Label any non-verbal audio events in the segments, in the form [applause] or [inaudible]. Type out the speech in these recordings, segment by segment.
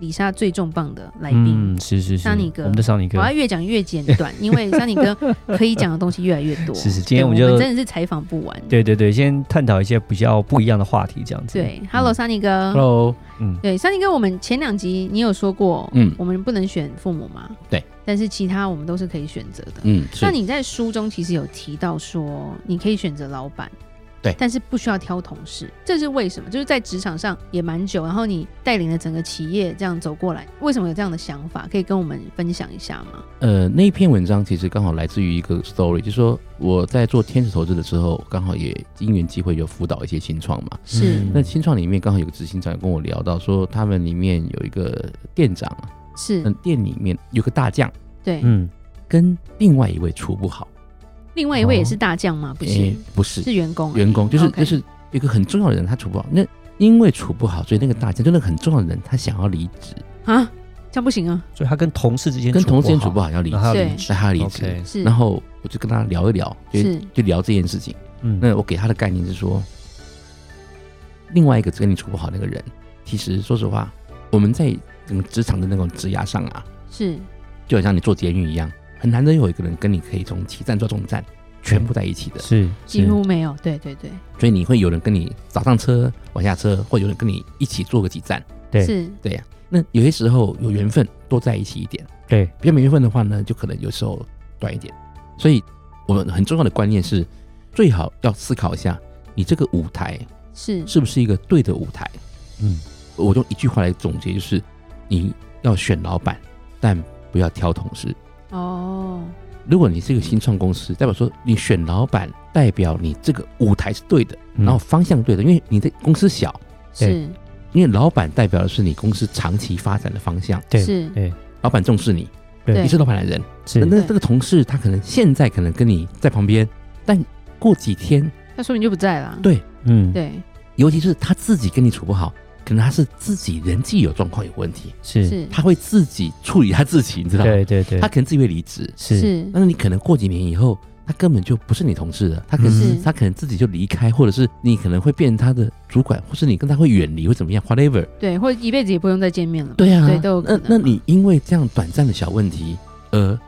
李莎最重磅的来宾。，嗯是是是，桑尼哥我们的桑尼哥我要，越讲越简 [laughs] 短，因为桑尼哥可以讲的东西越来越多。是是，今天我们对就真的是采访不完。对对对，先探讨一些比较不一样的话题，这样子。对，Hello，桑尼哥。 Hello，嗯，对，桑尼哥，我们前两集你有说过，嗯我们不能选父母嘛？对，但是其他我们都是可以选择的。嗯，那是你在书中其实有提到说，你可以选择老板，对但是不需要挑同事，这是为什么？就是在职场上也蛮久，然后你带领了整个企业这样走过来，为什么有这样的想法？可以跟我们分享一下吗？呃那一篇文章其实刚好来自于一个 story，就是说我在做天使投资的时候，刚好也因缘机会有辅导一些新创嘛。是、嗯那新创里面刚好有个执行长跟我聊到说，他们里面有一个店长啊，是，嗯，店里面有个大将对。嗯，跟另外一位处不好，另外一位也是大将吗？不是，诶不是是员工而已。啊哦员工，就是 OK 就是有个很重要的人他处不好，那因为处不好，所以那个大将就那个很重要的人他想要离职，啊，这样不行啊。所以他跟同事之间跟同事间处不好，好要嗯离职然，后他离对职那他要离职， ，OK，是，然后我就跟他聊一聊，就是就聊这件事情。嗯，那我给他的概念是说，另外一个跟你处不好那个人，其实说实话，我们在整个职场的那种职涯上啊，是就好像你做捷运一样，很难得有一个人跟你可以从起站到终站全部在一起的，是几乎没有。对对对，所以你会有人跟你早上车、晚下车，或有人跟你一起坐个几站。对是对呀、那有些时候有缘分多在一起一点，对，比较没缘分的话呢，就可能有时候短一点。所以我们很重要的观念是，最好要思考一下，你这个舞台是是不是一个对的舞台？嗯，我用一句话来总结，就是你要选老板，但不要挑同事。哦，如果你是一个新创公司，代表说你选老板，代表你这个舞台是对的，嗯然后方向对的，因为你的公司小，是因为老板代表的是你公司长期发展的方向，对是对老板重视你，对你是老板的人。是那那对这个同事他可能现在可能跟你在旁边，但过几天，那说明就不在了。对嗯对尤其是他自己跟你处不好，可能他是自己人际有状况有问题，是，是他会自己处理他自己，你知道吗？对对对，他可能自己会离职，是是但是你可能过几年以后，他根本就不是你同事了，他可能嗯是是他可能自己就离开，或者是你可能会变成他的主管，或是你跟他会远离，或怎么样，whatever。对，或者一辈子也不用再见面了嘛。对啊，对都有可那能那嘛你因为这样短暂的小问题而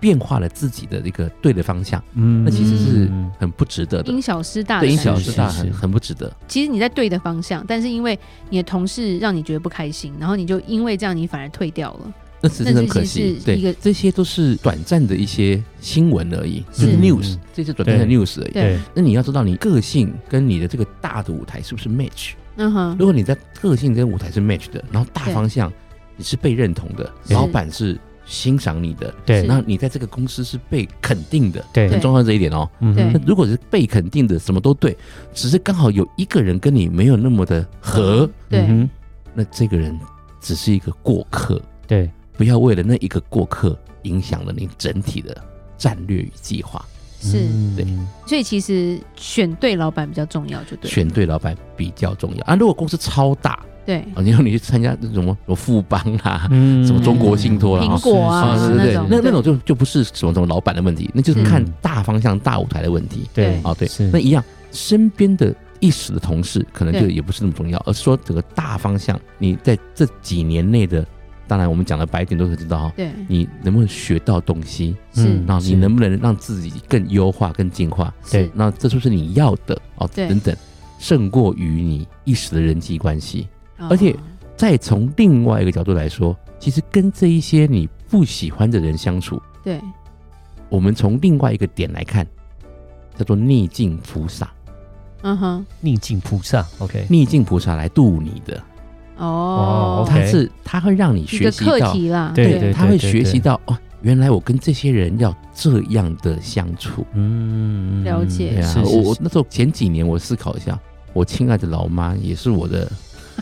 变化了自己的一个对的方向，嗯那其实是嗯很不值得的因。小失大的对，因感觉，小失大是很是很不值得。其实你在对的方向，但是因为你的同事让你觉得不开心，然后你就因为这样你反而退掉了。那只那是很就可是惜是，一个对，这些都是短暂的一些新闻而已，是就是 news，、嗯这是短暂的对 news 而已。对对，那你要知道，你个性跟你的这个大的舞台是不是 match？嗯哼如，果你在个性跟舞台是 match 的，然后大对方向你是被认同的，是老板是欣赏你的，对是然后你在这个公司是被肯定的，对很重要这一点哦。嗯哼那对如果是被肯定的，什么都对，只是刚好有一个人跟你没有那么的合，对、嗯那这个人只是一个过客，哼对，不要为了那一个过客影响了你整体的战略与计划。是，嗯对所以其实选对老板比较重要，就对了。选对老板比较重要啊！如果公司超大，对啊，你说你去参加那种什么有富邦啊啦、嗯什么中国信托啦，苹啊果啊啊，对对那对种，那对那种就就不是什么什么老板的问题，那就是嗯看大方向、大舞台的问题。对啊，对是，那一样，身边的一时的同事可能就对也不是那么重要，而是说整个大方向，你在这几年内的，当然我们讲的白点都可以知道哈，对你能不能学到东西，是、嗯然嗯后你是能不能让自己更优化、更进化，是对那这是不是你要的哦？对等等，胜过于你一时的人际关系。而且哦再从另外一个角度来说，其实跟这一些你不喜欢的人相处，对我们从另外一个点来看，叫做逆境菩萨，嗯哼逆境菩萨，OK，逆境菩萨来度你的，哇哦，，OK 他是他会让你一个学习课到，题啦，对对他会学习到哦，原来我跟这些人要这样的相处。嗯了解对啊，是我我是那时候前几年我思考一下，我亲爱的老妈也是 [laughs] 我的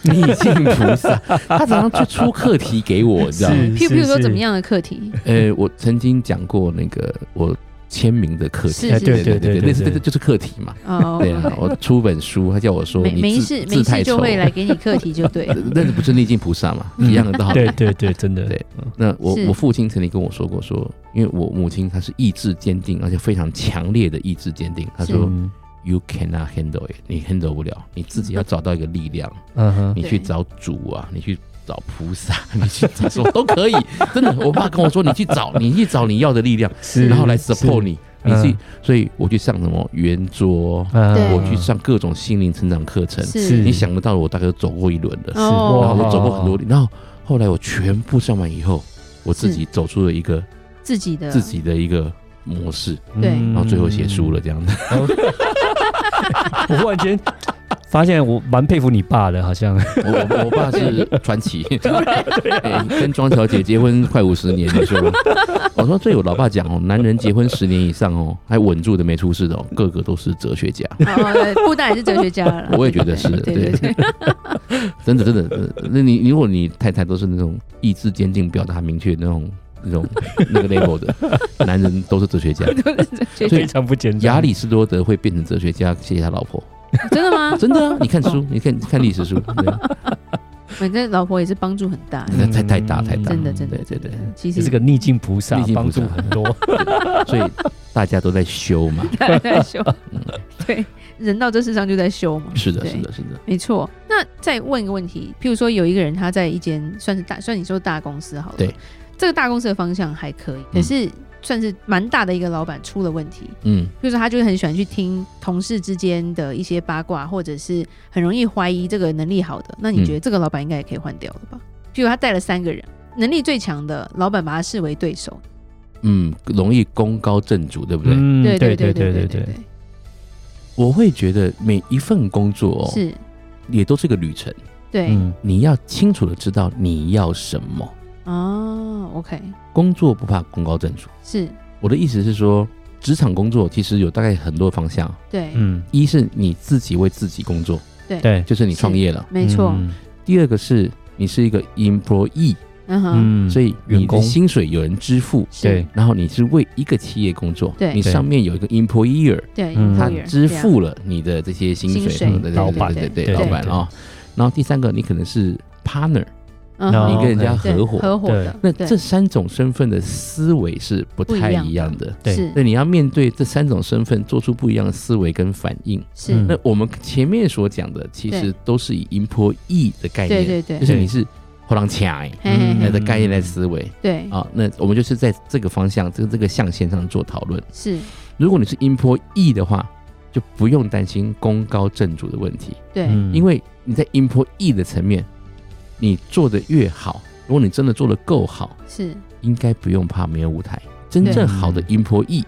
逆境菩萨，她常常去出课题给我，你知道吗？哎是譬如譬如说是怎么样的课题？呃，我曾经讲过那个我签名的课题是，哎，对对对对，对，类似这就是课题嘛。哦，[laughs] 对啊，我出本书，他叫我说没你没字事字没太事就丑，会来给你课题就对了。 [laughs] 那那不是逆境菩萨 [laughs] 嘛，嗯一样的道理。对对对，真的，对那我是我父亲曾经跟我说过说，因为我母亲她是意志坚定，而且非常强烈的意志坚定。她是说嗯 You cannot handle it，你 handle 不了，你自己要找到一个力量，嗯哼，你对去找主啊，你去找菩萨， [laughs] 你去找什么都可以。真的，我爸跟我说，你去找，你去找你要的力量， [laughs] 是然后来是 support 你。你自己，嗯所以我去上什么圆桌，嗯对我去上各种心灵成长课程。是你想得到的，我大概都走过一轮了。然哦后我走过很多，然后后来我全部上完以后，我自己走出了一个自己的自己的一个模式，对嗯然后最后写书了，这样子。 [laughs] 我忽然间发现我蛮佩服你爸的，好像我我我爸 [laughs] 是传奇， [laughs] 哎跟庄小姐结婚快五十年，你说？我说对我老爸讲哦，男人结婚十年以上哦，还稳住的没出事的哦，个个都是哲学 [laughs] 家。哦，对布袋也是哲学家了啦。我也觉得是对对对， [laughs] 真的真的，真的那你如果你太太都是那种意志坚定、表达明确那种那种那个 level [laughs] 的男人，都是哲学家。对都是哲非学家。常不简单。亚里士多德会变成哲学家，谢谢他老 [laughs] 婆。真的吗？真的啊，你看书，你看看历史 [laughs] 书，对反正老婆也是帮助很大，嗯太太大太大真的真的对对对，其也实是个逆境菩萨逆，境菩帮萨助很多。所以大家都在修 [laughs] 嘛。在 [laughs] 在修， [laughs] 对，人到这世上就在修嘛。嗯是的，对是的，是的。没错。那再问一个问题，譬如说有一个人他在一间算是大，算你说大公司好了，对，这个大公司的方向还可以，可是算是蛮大的一个老板出了问题，嗯，譬如说他就很喜欢去听同事之间的一些八卦，或者是很容易怀疑这个能力好的，那你觉得这个老板应该也可以换掉了吧？譬如他带了三个人，能力最强的老板把他视为对手，嗯，容易功高震主，对不对？嗯，对对对对对对，我会觉得每一份工作哦，是，也都是个旅程，对，嗯，你要清楚的知道你要什么。哦，OK，工作不怕功高震主，是我的意思是说，职场工作其实有大概很多方向，对，嗯，一是你自己为自己工作，对，就是你创业了；没错，嗯第二个是你是一个 employee，、嗯哼，嗯，所以你员的工薪水有人支付，是对，然后你是为一个企业工作，对你上面有一个 employer，对，嗯他 employer，支对啊付了你的这些薪水，薪水对对对老板对对对对老板对啊。然后第三个，你可能是 partner，嗯那哼你跟人家对合伙。合伙的，那对这三种身份的思维是不不太样一样的，对是那你要面对这三种身份，做出不一样的思维跟反应。是，嗯那我们前面所讲的，其实都是以 employee 的概对念，对对就，是你是后浪卡哎嘿嘿那嘿，嗯的概念来思维对，啊。那我们就是在这个方向，这个这个象限上做讨论。是，如果你是 employee 的话，就不用担心功高震主的问题，对，嗯因为你在 employee 的层面，你做的越好，如果你真的做的够好，是，应该不用怕没有舞台。真正好的对 employee，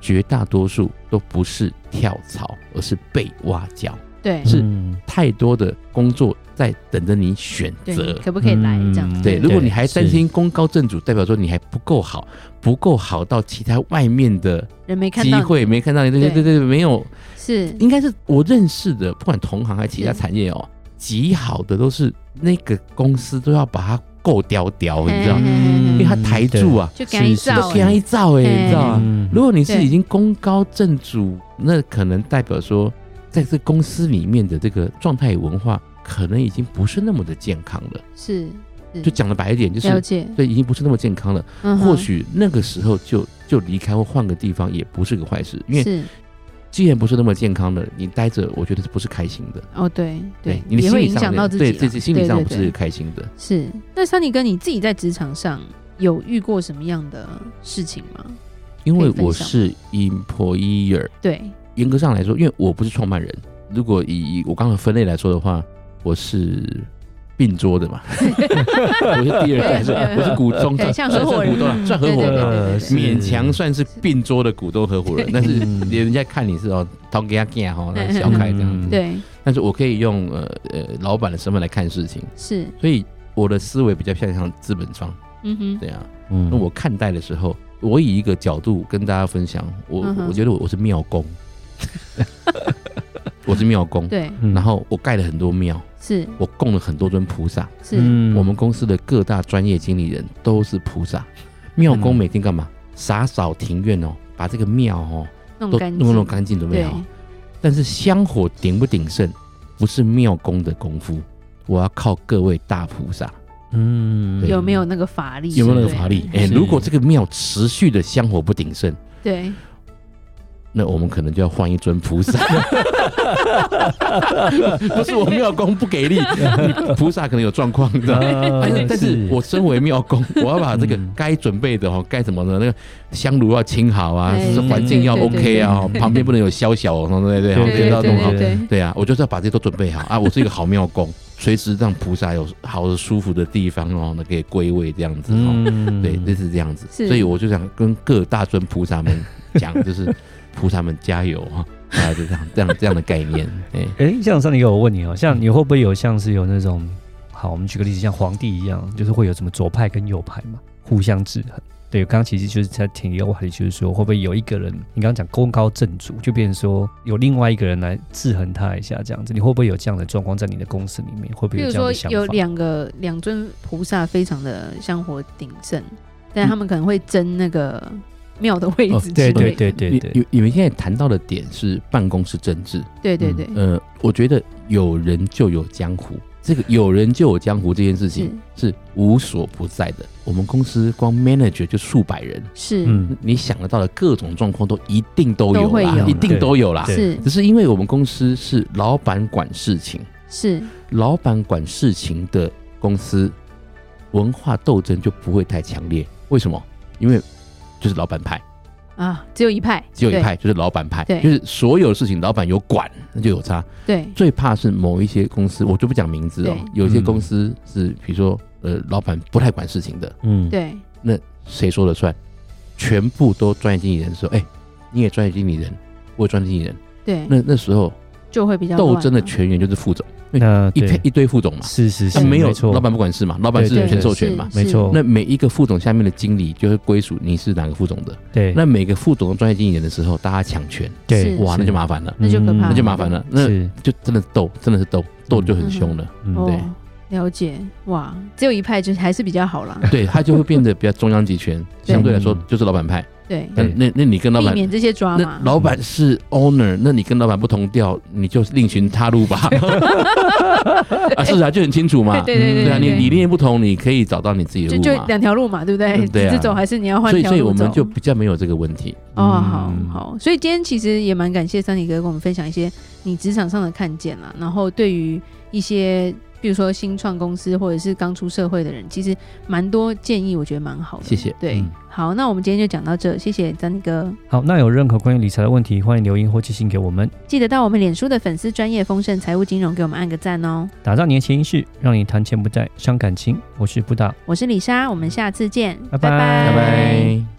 绝大多数都不是跳槽，而是被挖角。对，是嗯太多的工作在等着你选对，择你。可不可以来这样？嗯对，如果你还担是心功高震主，代表说你还不够好，不够好到其他外面的人没看机到你，会没看到你。对对对嗯对对，没有，是，应该是我认识的，不管同行还是其他是产业哦，极好的都是那个公司都要把它够雕雕，你知道嘿嗯，嘿，啊因为它抬住啊，就给他一是是照都给他一照哎，嗯你知道吗？嗯如果你是对已经功高震主，那可能代表说，在这公司里面的这个状态与文化，可能已经不是那么的健康了。是，是就讲的白一点，就嗯了是解，对，已经不是那么健康了。嗯哼或许那个时候就就离开或换个地方，也不是个坏事，因为是，既然不是那么健康的，你待着，我觉得是不是开心的？哎哦，对你也的心会理影响上到的，自己对啦，自己心理上对不对是对开心的。是。那桑尼哥，你自己在职场上有遇过什么样的事情吗？因为可以分我享是 employer，对，严格上来说，因为我不是创办人，如果以以我刚刚的分类来说的话，我是并桌的嘛， [laughs] 我是第二代，是吧我是股东，对像算算合伙人股东啊嗯了，算合对伙对对人，对对对是勉强算是并桌的股东合伙 [laughs] 人对，但是嗯人家看你是哦，掏给他 [laughs] 干哈，那小开这样嗯子，对，但是我可以用呃呃老板的身份来看事情，是，所以我的思维比较偏向资本方，嗯哼，对啊，嗯那我看待的时候，我以一个角度跟大家分享，我、嗯哼我觉得我是庙 [laughs] 公，我是庙公，对，嗯然后我盖了很多庙，是我供了很多尊菩萨，是，我们公司的各大专业经理人都是菩萨，庙公嗯每天干嘛？洒扫庭院哦，把这个庙哦弄都干弄净，弄干净准备对，好。但是香火鼎不鼎盛，不是庙公的功夫，我要靠各位大菩萨嗯，对有没有那个法力？有没有那个对法力？哎、是如果这个庙持续的香火不鼎盛，对，那我们可能就要换一尊菩萨。 [laughs] 不是我庙公不给力， [laughs] 菩萨可能有状况，你知道吗？啊 [laughs] 但是哎但是我身为 [laughs] 庙公，我要把这个嗯该准备的哦，该怎么的那个香炉要清好啊，哎是环境要对对 OK 啊，对哦旁边不能有 [laughs] 宵小哦，对对对，对哦对这对都要对弄好对。对啊，我就是要把这些都准备好啊，我是一个好庙公，随时让菩萨有好的舒服的地方哦，那可以归位这样子哦。嗯对，类似这样子，是所以我就想跟各大尊菩萨们讲，就是菩萨们加油啊，啊，就这样这样这样的概念，哎、哎，像上次有我问你哦，嗯像你会不会有像是有那种，好，我们举个例子，像皇帝一样，就是会有什么左派跟右派嘛，互相制衡。对，刚刚其实就是在挺一个话题，就是说会不会有一个人，你刚刚讲功高震主，就变成说有另外一个人来制衡他一下，这样子，你会不会有这样的状况在你的公司里面？会不比会有如这样说的想有法？两个两尊菩萨非常的香火鼎盛，但他们可能会争那个庙的位嗯哦置之类对的、对对 [laughs] 对你对，你你们现在谈到的点是办公室政治，对对嗯对呃，我觉得有人就有江湖，这个有人就有江湖这件事嗯情是无所不在的。我们公司光 manager 就数百人，是嗯，你想得到的各种状况都一定都有都会啦，有一定都有啦。对是只是因为我们公司是老板管事情，是老板管事情的公司，文化斗争就不会太强烈。为什么？因为就是老板派，啊，只有一派，只有一派就是老板派，对就是所有事情老板有管，那就有差。对，对最怕是某一些公司，我就不讲名字哦对，有些公司是比如说呃，老板不太管事情的，嗯，对谁说了算？全部都专业经理人说，哎、你也专业经理人，我也专业经理人。对，那那时候就会比较斗乱啊争的了全员就是副总，那一对配一堆副总嘛，是是是那没有错，老板不管事嘛，老板是对对全授是权嘛。没错，那每一个副总下面的经理就会归属你是哪个副总的。对那每个副总的专业经理人的时候，大家抢权，对是哇，那就麻烦了，那就可怕嗯那了就麻烦了，那是就真的是斗，真的是斗，斗就很凶了。嗯哦对，嗯了解哇，只有一派就还是比较好啦， [laughs] 对他就会变得比较中央集权，对相对来说就是老板派。对，对但那那你跟老嗯避板，免这些抓那嘛，老板是 owner，那你跟老板不同调，你就另寻他路吧。 [laughs] 啊，是啊，就很清楚嘛。对对对对啊，你对理念不同，你可以找到你自己的就路就嘛。两条路嘛，对不对？嗯对啊直走还是你要换所以，条所以路我走们？就比较没有这个问题。哦，好嗯好，所以今天其实也蛮感谢三里哥跟我们分享一些你职场上的看见啦，然后对于一些比如说新创公司或者是刚出社会的人，其实蛮多建议，我觉得蛮好的。谢谢对，嗯好，那我们今天就讲到这，谢谢三里哥，好，那有任何关于理财的问题，欢迎留言或寄信给我们。记得到我们脸书的粉丝专业丰盛财务金融给我们按个赞哦。打造你的潜意识，让你谈钱不再伤感情。我是布达，我是李莎，我们下次见，拜拜拜拜。